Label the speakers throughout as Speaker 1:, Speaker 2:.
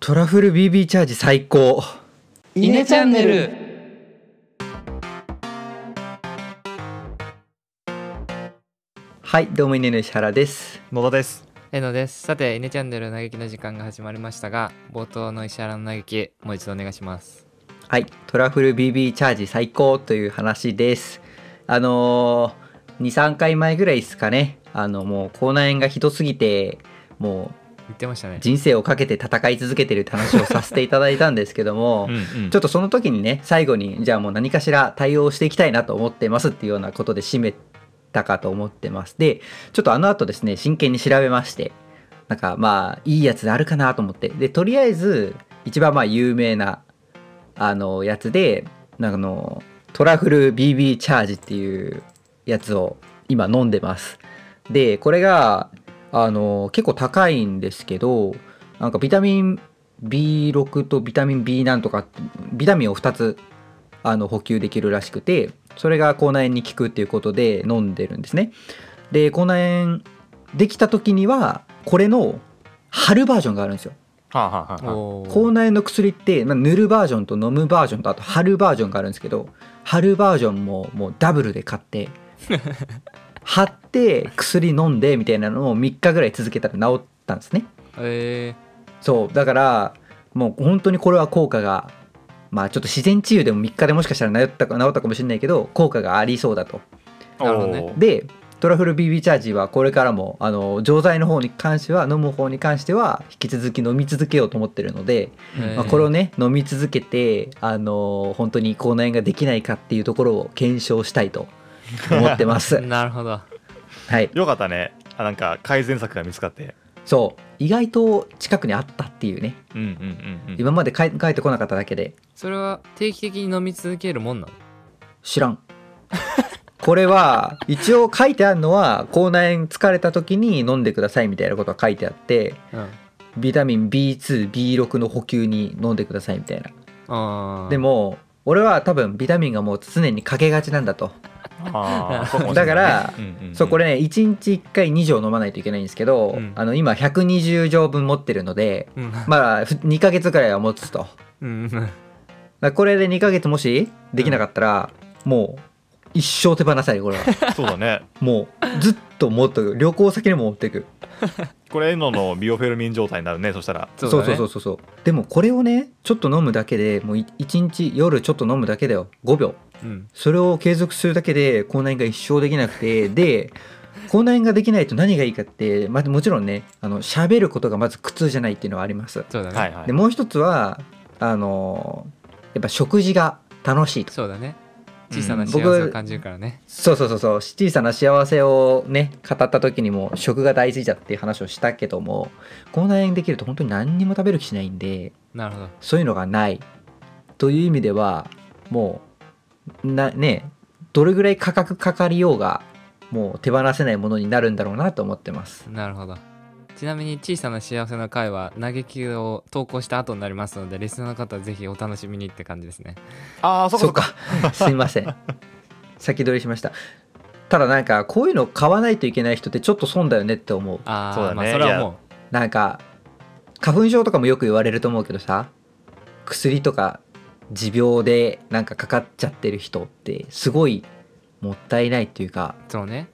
Speaker 1: トラフル BB チャージ最高
Speaker 2: イネチャンネル
Speaker 1: はいどうもイネの石原です
Speaker 3: 野田です。
Speaker 2: えのですさて「イネチャンネル」の嘆きの時間が始まりましたが冒頭の石原の嘆きもう一度お願いします
Speaker 1: はいトラフル BB チャージ最高という話ですあのー、23回前ぐらいですかねあのもう口内炎がひどすぎても
Speaker 2: 言ってました
Speaker 1: う
Speaker 2: ね
Speaker 1: 人生をかけて戦い続けてるって話をさせていただいたんですけども、
Speaker 3: うん
Speaker 1: ちょっとその時にね最後にじゃあもう何かしら対応していきたいなと思ってますっていうようなことで締めたかと思ってますでちょっとあの後ですね真剣に調べましてなんかまあいいやつあるかなと思ってでとりあえず一番まあ有名なあのやつでなんかあのトラフル BB チャージっていうやつを今飲んでますでこれがあの結構高いんですけどなんかビタミン B6 とビタミン B なんとかってビタミンを2つあの補給できるらしくてそれが口内炎に効くっていうことで飲んでるんですねで口内炎できた時にはこれの春バージョンがあるんですよ
Speaker 3: はあ、はあはあ、
Speaker 2: おー
Speaker 1: 口内炎の薬って、まあ、塗るバージョンと飲むバージョンとあと春バージョンがあるんですけど春バージョンももうダブルで買って貼って薬飲んでみたいなのを3日ぐらい続けたら治ったんですね
Speaker 2: え
Speaker 1: そうだからもう本当にこれは効果がまあちょっと自然治癒でも3日でもしかしたら治ったか治ったかもしれないけど効果がありそうだと
Speaker 2: なるほどね
Speaker 3: おー
Speaker 1: でトラフル BB チャージはこれからもあの錠剤の方に関しては飲む方に関しては引き続き飲み続けようと思ってるので、
Speaker 2: ーえー
Speaker 1: まあ、これをね飲み続けてあの本当に口内炎ができないかっていうところを検証したいと思ってま す
Speaker 2: なるほど
Speaker 1: はい
Speaker 3: よかったね。あ、なんか改善策が見つかって。
Speaker 1: そう意外と近くにあったっていうね
Speaker 3: うんうんうんうん。
Speaker 1: 今まで帰帰ってこなかっただけで
Speaker 2: それは定期的に飲み続けるもんなの
Speaker 1: 知らんこれは一応書いてあるのは口内炎疲れた時に飲んでくださいみたいなことが書いてあって
Speaker 2: うん
Speaker 1: ビタミン B2B6 の補給に飲んでくださいみたいな
Speaker 2: あー
Speaker 1: でも俺は多分ビタミンがもう常に欠けがちなんだと
Speaker 3: あーそうもし
Speaker 1: だ
Speaker 3: れな
Speaker 1: か
Speaker 3: い
Speaker 1: ら
Speaker 3: うんうんうん
Speaker 1: そうこれね1日1回2錠飲まないといけないんですけど、
Speaker 2: うん
Speaker 1: あの今120錠分持ってるので
Speaker 2: うん
Speaker 1: まあ2ヶ月くらいは持つとだか
Speaker 2: うん
Speaker 1: らこれで2ヶ月もしできなかったら、もう一生手放さないこれは
Speaker 3: そうだね。
Speaker 1: もうずっと持っとく旅行先にも持っていく
Speaker 3: これののビオフェルミン状態になるね。そしたら。
Speaker 1: そう,、そうそううそうそうでもこれをねちょっと飲むだけでもうい一日夜ちょっと飲むだけだよ5秒
Speaker 2: だねうん
Speaker 1: それを継続するだけで口内炎が一生できなくてで口内炎ができないと何がいいかって、まあ、もちろんねあの喋ることがまず苦痛じゃないっていうのはあります
Speaker 2: そうだね、
Speaker 3: はいはい
Speaker 1: で。もう一つはあのやっぱ食事が楽しいと
Speaker 2: そうだね
Speaker 3: うん
Speaker 2: 小さな幸せを感じるからね、
Speaker 1: そうそうそうそう小さな幸せをね語った時にも食が大事だっていう話をしたけども口内炎できると本当に何にも食べる気しないんで
Speaker 2: なるほど
Speaker 1: そういうのがないという意味ではもうなねどれぐらい価格かかりようがもう手放せないものになるんだろうなと思ってます
Speaker 2: なるほどちなみに小さな幸せの会は嘆きを投稿した後になりますのでリスナーの方はぜひお楽しみにって感じですね
Speaker 3: ああ、そうか
Speaker 1: そ
Speaker 3: そううか。
Speaker 1: か すいません先取りしましたただなんかこういうの買わないといけない人ってちょっと損だよねって思う
Speaker 2: ああ
Speaker 3: そうだね
Speaker 2: まあそれはもう
Speaker 1: なんか花粉症とかもよく言われると思うけどさ薬とか持病でなんかかかっちゃってる人ってすごいもったいないっていうか
Speaker 2: そうね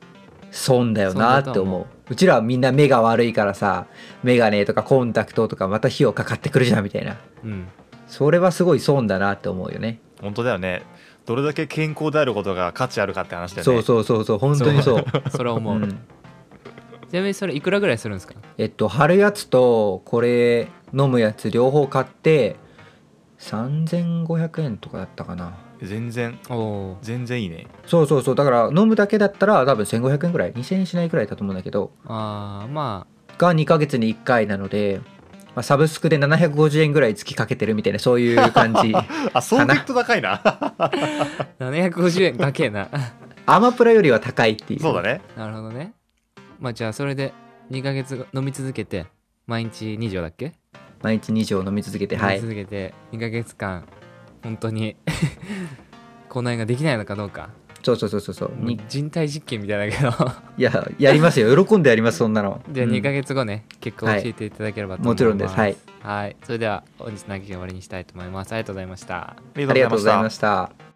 Speaker 1: 損だよなって
Speaker 2: 損だと
Speaker 1: 思う
Speaker 2: 思
Speaker 1: うちらはみんな目が悪いからさ眼鏡とかコンタクトとかまた費用かかってくるじゃんみたいな
Speaker 2: うん
Speaker 1: それはすごい損だなって思うよね
Speaker 3: 本当だよね。どれだけ健康であることが価値あるかって話だよね。
Speaker 1: そうそうそうそう本当にそう
Speaker 2: それは思う、
Speaker 1: うん
Speaker 2: ちなみにそれいくらぐらいするんですか
Speaker 1: えっと貼るやつとこれ飲むやつ両方買って3500円とかだったかな
Speaker 3: 全然、
Speaker 2: おお
Speaker 3: 全然いいね。
Speaker 1: そうそうそうだから飲むだけだったら多分1500円くらい2000円しないくらいだと思うんだけど
Speaker 2: ああま
Speaker 1: が2ヶ月に1回なので、まあ、サブスクで750円ぐらい月かけてるみたいなそういう感じ
Speaker 3: あ、そういッと高いな。
Speaker 2: あ750円だけな
Speaker 1: アマプラよりは高いっていう
Speaker 3: そうだね。
Speaker 2: なるほどねまあじゃあそれで2ヶ月飲み続けて毎日2錠だっけ
Speaker 1: 毎日2錠飲み続けては
Speaker 2: 飲み
Speaker 1: い
Speaker 2: 続けて2ヶ月間本当に口内炎ができないのかどうか
Speaker 1: そうそうそうそうそうに
Speaker 2: 人体実験みたいだけど
Speaker 1: いややりますよ喜んでやりますそんなの
Speaker 2: じゃあ
Speaker 1: うん
Speaker 2: 2ヶ月後ね、結果を教えていただければと思
Speaker 1: も
Speaker 2: います、
Speaker 1: ちろんですはい
Speaker 2: はいそれでは本日の投げ終わりにしたいと思いますありがとうございました
Speaker 3: あり
Speaker 1: ありがとうございました